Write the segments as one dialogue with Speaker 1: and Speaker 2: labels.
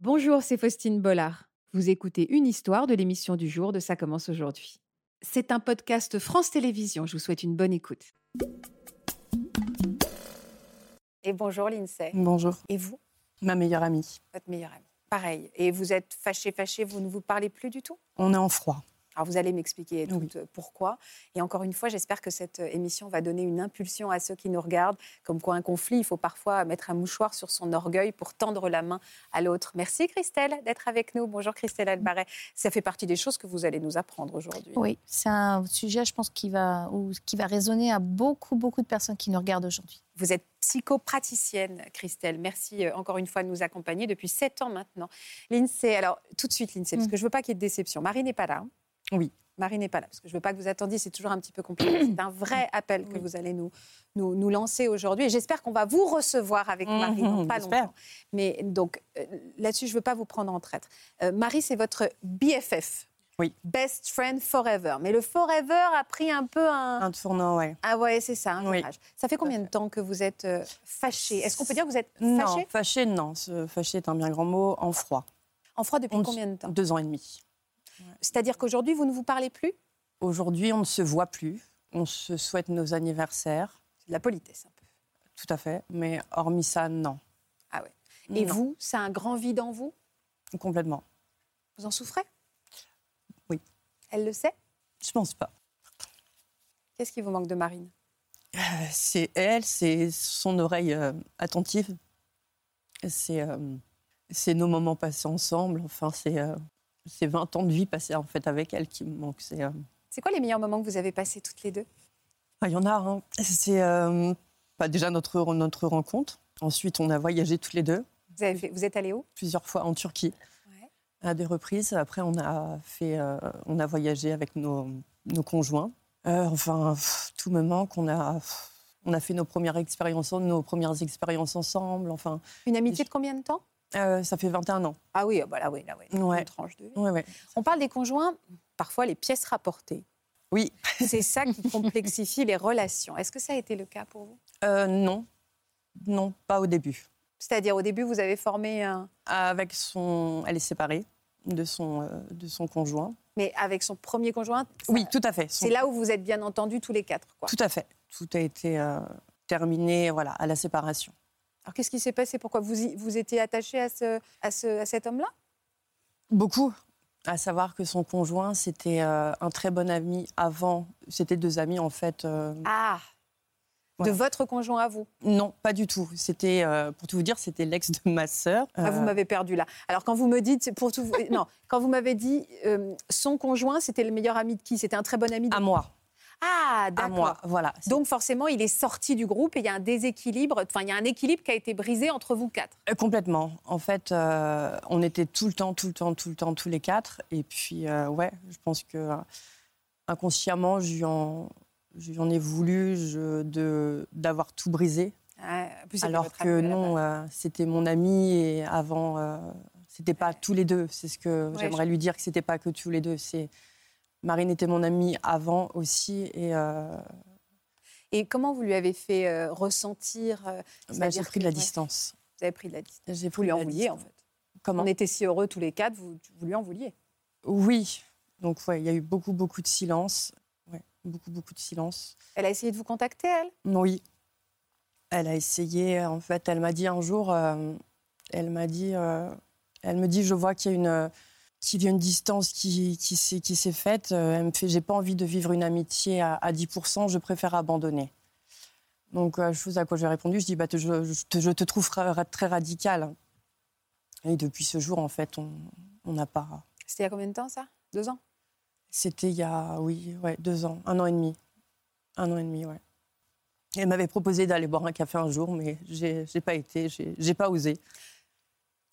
Speaker 1: Bonjour, c'est Faustine Bollard. Vous écoutez une histoire de l'émission du jour de Ça commence aujourd'hui. C'est un podcast France Télévisions. Je vous souhaite une bonne écoute. Et bonjour Lindsay.
Speaker 2: Bonjour.
Speaker 1: Et vous,
Speaker 2: Ma meilleure amie.
Speaker 1: votre meilleure amie Pareil. Et vous êtes fâché, fâché, vous ne vous parlez plus du tout
Speaker 2: On est en froid.
Speaker 1: Alors vous allez m'expliquer
Speaker 2: Oui.
Speaker 1: tout, euh, pourquoi. Et encore une fois, j'espère que cette euh, émission va donner une impulsion à ceux qui nous regardent. Comme quoi, un conflit, il faut parfois mettre un mouchoir sur son orgueil pour tendre la main à l'autre. Merci Christelle d'être avec nous. Bonjour Christelle Albaret. Ça fait partie des choses que vous allez nous apprendre aujourd'hui.
Speaker 3: Oui, c'est un sujet, je pense, qui va, ou, qui va résonner à beaucoup, beaucoup de personnes qui nous regardent aujourd'hui.
Speaker 1: Vous êtes psychopraticienne, Christelle. Merci euh, encore une fois de nous accompagner depuis sept ans maintenant. L'INSEE, alors tout de suite l'INSEE, parce
Speaker 3: Mm.
Speaker 1: que je ne veux pas qu'il y ait de déception. Marie n'est pas là. hein.
Speaker 2: Oui.
Speaker 1: Marie n'est pas là, parce que je ne veux pas que vous attendiez, c'est toujours un petit peu compliqué. C'est un vrai appel que
Speaker 3: Oui.
Speaker 1: vous allez nous, nous, nous lancer aujourd'hui. Et j'espère qu'on va vous recevoir avec Marie dans
Speaker 2: Mhm,
Speaker 1: pas
Speaker 2: j'espère.
Speaker 1: longtemps. Mais donc euh, là-dessus, je ne veux pas vous prendre en traître. Euh, Marie, c'est votre BFF.
Speaker 2: Oui.
Speaker 1: Best friend forever. Mais le forever a pris un peu un,
Speaker 2: Un tournant, ouais.
Speaker 1: ah ouais, c'est ça, un
Speaker 2: Oui.
Speaker 1: virage. Ça fait combien de temps que vous êtes euh, fâchée Est-ce qu'on peut dire que vous êtes
Speaker 2: Non,
Speaker 1: fâchée
Speaker 2: fâché, non. Ce Fâché est un bien grand mot. En froid.
Speaker 1: En froid depuis
Speaker 2: On-
Speaker 1: combien de temps
Speaker 2: Deux ans et demi.
Speaker 1: C'est-à-dire qu'aujourd'hui, vous ne vous parlez plus
Speaker 2: Aujourd'hui, on ne se voit plus. On se souhaite nos anniversaires.
Speaker 1: C'est de la politesse un peu.
Speaker 2: Tout à fait. Mais hormis ça, non.
Speaker 1: Ah ouais. Et
Speaker 2: Non,
Speaker 1: vous, c'est un grand vide en vous
Speaker 2: Complètement.
Speaker 1: Vous en souffrez
Speaker 2: Oui.
Speaker 1: Elle le sait
Speaker 2: Je pense pas.
Speaker 1: Qu'est-ce qui vous manque de Marine
Speaker 2: Euh, C'est elle, c'est son oreille euh, attentive. C'est euh, c'est nos moments passés ensemble. Enfin, c'est euh, c'est 20 ans de vie passés en fait avec elle qui me manquent. C'est, euh,
Speaker 1: C'est quoi les meilleurs moments que vous avez passés toutes les deux
Speaker 2: Ah, Il y en a. hein. C'est euh, bah, déjà notre, notre rencontre. Ensuite, on a voyagé toutes les deux,
Speaker 1: vous, avez fait- vous êtes allés où
Speaker 2: plusieurs fois en Turquie,
Speaker 1: Ouais.
Speaker 2: à des reprises. Après, on a, fait, euh, on a voyagé avec nos, nos conjoints. Euh, enfin, pff, tout me manque. On a, pff, on a fait nos premières expériences, nos premières expériences ensemble. Enfin,
Speaker 1: Une amitié de combien de temps
Speaker 2: euh, ça fait 21 ans.
Speaker 1: Ah oui, ah bah là oui, là oui.
Speaker 2: Ouais.
Speaker 1: Une tranche de vie.
Speaker 2: Ouais, ouais.
Speaker 1: On parle des conjoints, parfois les pièces rapportées.
Speaker 2: Oui.
Speaker 1: C'est ça qui complexifie les relations. Est-ce que ça a été le cas pour vous
Speaker 2: Euh, non, non, pas au début.
Speaker 1: C'est-à-dire, au début, vous avez formé un.
Speaker 2: Avec son, elle est séparée de son, euh, de son conjoint.
Speaker 1: Mais avec son premier conjoint, ça-
Speaker 2: Oui, tout à fait. Son
Speaker 1: c'est là où vous êtes bien entendus tous les quatre. Quoi.
Speaker 2: Tout à fait. Tout a été euh, terminé voilà, à la séparation.
Speaker 1: Alors, qu'est-ce qui s'est passé Pourquoi vous, y- vous étiez attaché à, ce, à, ce- à cet homme-là
Speaker 2: Beaucoup. À savoir que son conjoint, c'était euh, un très bon ami avant. C'était deux amis, en fait. euh,
Speaker 1: Ah
Speaker 2: Voilà.
Speaker 1: De votre conjoint à vous.
Speaker 2: Non, pas du tout. C'était, euh, pour tout vous dire, c'était l'ex de ma sœur.
Speaker 1: Ah, vous
Speaker 2: Euh,
Speaker 1: m'avez perdu là. Alors quand vous me dites pour tout, non, quand vous m'avez dit euh, son conjoint, c'était le meilleur ami de qui C'était un très bon ami de
Speaker 2: à moi.
Speaker 1: Ah,
Speaker 2: À moi,
Speaker 1: d'accord.
Speaker 2: voilà. Donc,
Speaker 1: Donc forcément, il est sorti du groupe et il y a un déséquilibre. Enfin, il y a un équilibre qui a été brisé entre vous quatre.
Speaker 2: Euh, complètement. En fait, euh, on était tout le temps, tout le temps, tout le temps, tous les quatre. Et puis, euh, ouais, je pense que euh, inconsciemment, je lui en, je lui en ai voulu je- de, d'avoir tout brisé.
Speaker 1: Ah, en plus, c'était
Speaker 2: Alors
Speaker 1: votre ami à
Speaker 2: que
Speaker 1: la base.
Speaker 2: non, euh, c'était mon ami et avant, euh, c'était pas tous les deux. C'est ce que
Speaker 1: Ouais,
Speaker 2: j'aimerais lui dire que c'était pas que tous les deux. C'est Marine était mon amie avant aussi et euh,
Speaker 1: Et comment vous lui avez fait euh, ressentir euh,
Speaker 2: bah,
Speaker 1: C'est-à-dire
Speaker 2: j'ai pris de la
Speaker 1: que- ouais.
Speaker 2: distance.
Speaker 1: Vous avez pris de la distance.
Speaker 2: J'ai
Speaker 1: Vous
Speaker 2: pris
Speaker 1: lui
Speaker 2: de
Speaker 1: en
Speaker 2: la
Speaker 1: vouliez, en
Speaker 2: distance.
Speaker 1: fait.
Speaker 2: Comment
Speaker 1: On était si heureux tous les quatre, vous, vous lui en vouliez.
Speaker 2: Oui. Donc ouais, il y a eu beaucoup beaucoup de silence. Ouais, beaucoup beaucoup de silence.
Speaker 1: Elle a essayé de vous contacter, elle
Speaker 2: Oui. Elle a essayé. En fait, elle m'a dit un jour. euh, elle m'a dit. euh, elle me dit, je vois qu'il y a une euh, qu'il y a une distance qui, qui s'est qui s'est faite. Euh, Elle me fait, j'ai pas envie de vivre une amitié à, à 10%. Je préfère abandonner. Donc, euh, chose à quoi j'ai répondu, je dis, bah, te- je, je te, je te trouve ra- ra- très radicale. Et depuis ce jour, en fait, on on n'a pas.
Speaker 1: C'était il y a combien de temps, ça Deux ans
Speaker 2: C'était il y a, oui, ouais, deux ans, un an et demi. Un an et demi, ouais. Elle m'avait proposé d'aller boire un café un jour, mais j'ai j'ai pas été, j'ai j'ai pas osé.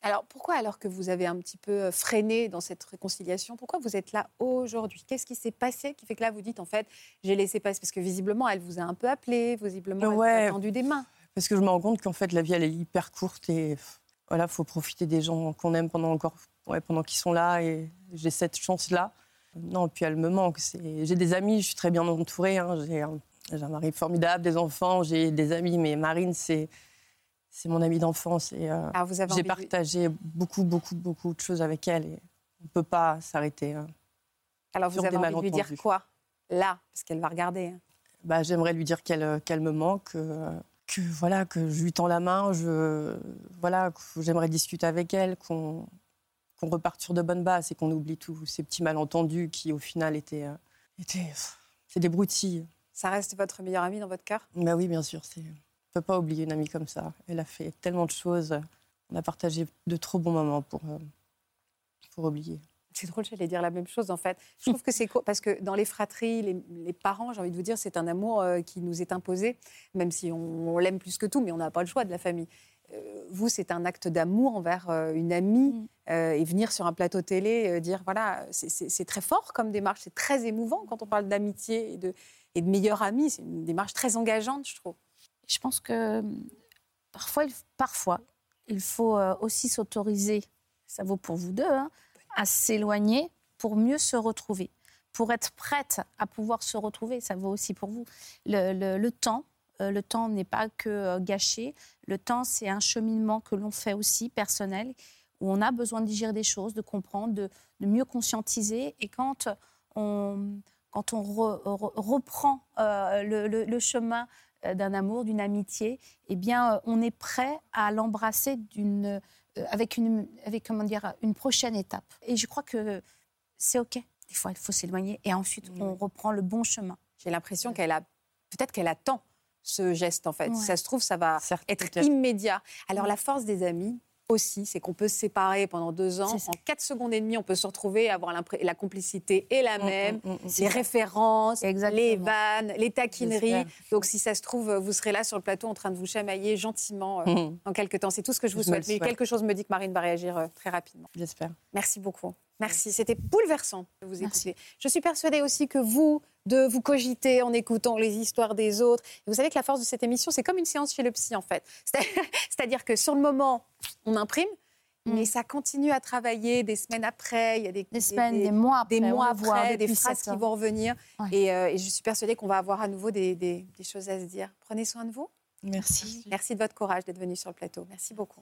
Speaker 1: Alors, pourquoi, alors que vous avez un petit peu euh, freiné dans cette réconciliation, pourquoi vous êtes là aujourd'hui Qu'est-ce qui s'est passé qui fait que là, vous dites, en fait, j'ai laissé passer Parce que visiblement, elle vous a un peu appelé, visiblement, elle vous
Speaker 2: Ouais.
Speaker 1: a tendu des mains.
Speaker 2: Parce que je me rends compte qu'en fait, la vie, elle est hyper courte et pff, voilà, faut profiter des gens qu'on aime pendant encore, ouais, pendant qu'ils sont là et j'ai cette chance-là. Non, puis elle me manque. c'est- J'ai des amis, je suis très bien entourée. hein, j'ai un, j'ai un mari formidable, des enfants, j'ai des amis, mais Marine, c'est c'est mon amie d'enfance et euh,
Speaker 1: Ah, vous avez
Speaker 2: j'ai
Speaker 1: envie de-
Speaker 2: partagé beaucoup, beaucoup, beaucoup de choses avec elle et on ne peut pas s'arrêter. euh.
Speaker 1: Alors, vous
Speaker 2: sur
Speaker 1: avez
Speaker 2: des
Speaker 1: envie de lui dire
Speaker 2: malentendus.
Speaker 1: quoi Là, parce qu'elle va regarder. hein.
Speaker 2: Bah, J'aimerais lui dire qu'elle euh, qu'elle me manque, euh, que, voilà, que je lui tends la main, je, voilà, que j'aimerais discuter avec elle, qu'on qu'on reparte sur de bonnes bases et qu'on oublie tous ces petits malentendus qui, au final, étaient. euh, étaient pff, c'est des broutilles.
Speaker 1: Ça reste votre meilleure amie dans votre cœur
Speaker 2: Bah oui, bien sûr. c'est- On ne peut pas oublier une amie comme ça. Elle a fait tellement de choses. On a partagé de trop bons moments pour, euh, pour oublier.
Speaker 1: C'est drôle, j'allais dire la même chose en fait. Je trouve que c'est court parce que dans les fratries, les, les parents, j'ai envie de vous dire, c'est un amour euh, qui nous est imposé, même si on, on l'aime plus que tout, mais on n'a pas le choix de la famille. Euh, vous, c'est un acte d'amour envers euh, une amie
Speaker 3: Mm.
Speaker 1: euh, et venir sur un plateau télé euh, dire voilà, c'est- c'est c'est très fort comme démarche, c'est très émouvant quand on parle d'amitié et de, et de meilleure amie. C'est une démarche très engageante, je trouve.
Speaker 3: Je pense que hum, parfois, il, parfois, il faut euh, aussi s'autoriser, ça vaut pour vous deux, hein, à s'éloigner pour mieux se retrouver, pour être prête à pouvoir se retrouver, ça vaut aussi pour vous. Le, le- le temps, euh, le temps n'est pas que euh, gâché, le temps c'est un cheminement que l'on fait aussi personnel, où on a besoin de digérer des choses, de comprendre, de, de mieux conscientiser, et quand on, quand on re- re- reprend euh, le- le- le chemin euh, d'un amour, d'une amitié, eh bien, euh, on est prêt à l'embrasser d'une, euh, avec une, avec comment dire, une prochaine étape. Et je crois que c'est ok. Des fois, il faut s'éloigner et ensuite
Speaker 2: Oui.
Speaker 3: on reprend le bon chemin.
Speaker 1: J'ai l'impression qu'elle a peut-être qu'elle attend ce geste en fait.
Speaker 3: Ouais.
Speaker 1: Si ça se trouve, ça va
Speaker 2: Certes,
Speaker 1: être
Speaker 2: peut-être.
Speaker 1: immédiat. Alors la force des amis aussi, c'est qu'on peut se séparer pendant deux ans.
Speaker 3: C'est ça.
Speaker 1: En quatre secondes et demie, on peut se retrouver, avoir l'impré- la complicité et la même.
Speaker 2: Mm, mm, mm, mm.
Speaker 1: Les références,
Speaker 3: Exactement.
Speaker 1: les vannes, les taquineries.
Speaker 2: J'espère.
Speaker 1: Donc, si ça se trouve, vous serez là sur le plateau en train de vous chamailler gentiment euh,
Speaker 2: Mm,
Speaker 1: dans quelques temps. C'est tout ce que je vous
Speaker 2: Je me le
Speaker 1: souhaite. Mais
Speaker 2: souhaite.
Speaker 1: quelque chose me dit que Marine va réagir euh, très rapidement.
Speaker 2: J'espère.
Speaker 1: Merci beaucoup. Merci, c'était bouleversant de vous
Speaker 3: Merci.
Speaker 1: écouter. Je suis persuadée aussi que vous, de vous cogiter en écoutant les histoires des autres. Et vous savez que la force de cette émission, c'est comme une séance chez le psy, en fait. C'est-à- C'est-à-dire que sur le moment, on imprime,
Speaker 3: Mm.
Speaker 1: mais ça continue à travailler des semaines après. Il y a des,
Speaker 3: Des semaines, des, mois après,
Speaker 1: des
Speaker 3: on
Speaker 1: mois
Speaker 3: le voit
Speaker 1: après, des
Speaker 3: depuis
Speaker 1: phrases
Speaker 3: sept ans.
Speaker 1: qui vont revenir.
Speaker 3: Ouais.
Speaker 1: Et, euh, et je suis persuadée qu'on va avoir à nouveau des- des- des choses à se dire. Prenez soin de vous.
Speaker 2: Merci.
Speaker 1: Merci de votre courage d'être venu sur le plateau. Merci beaucoup.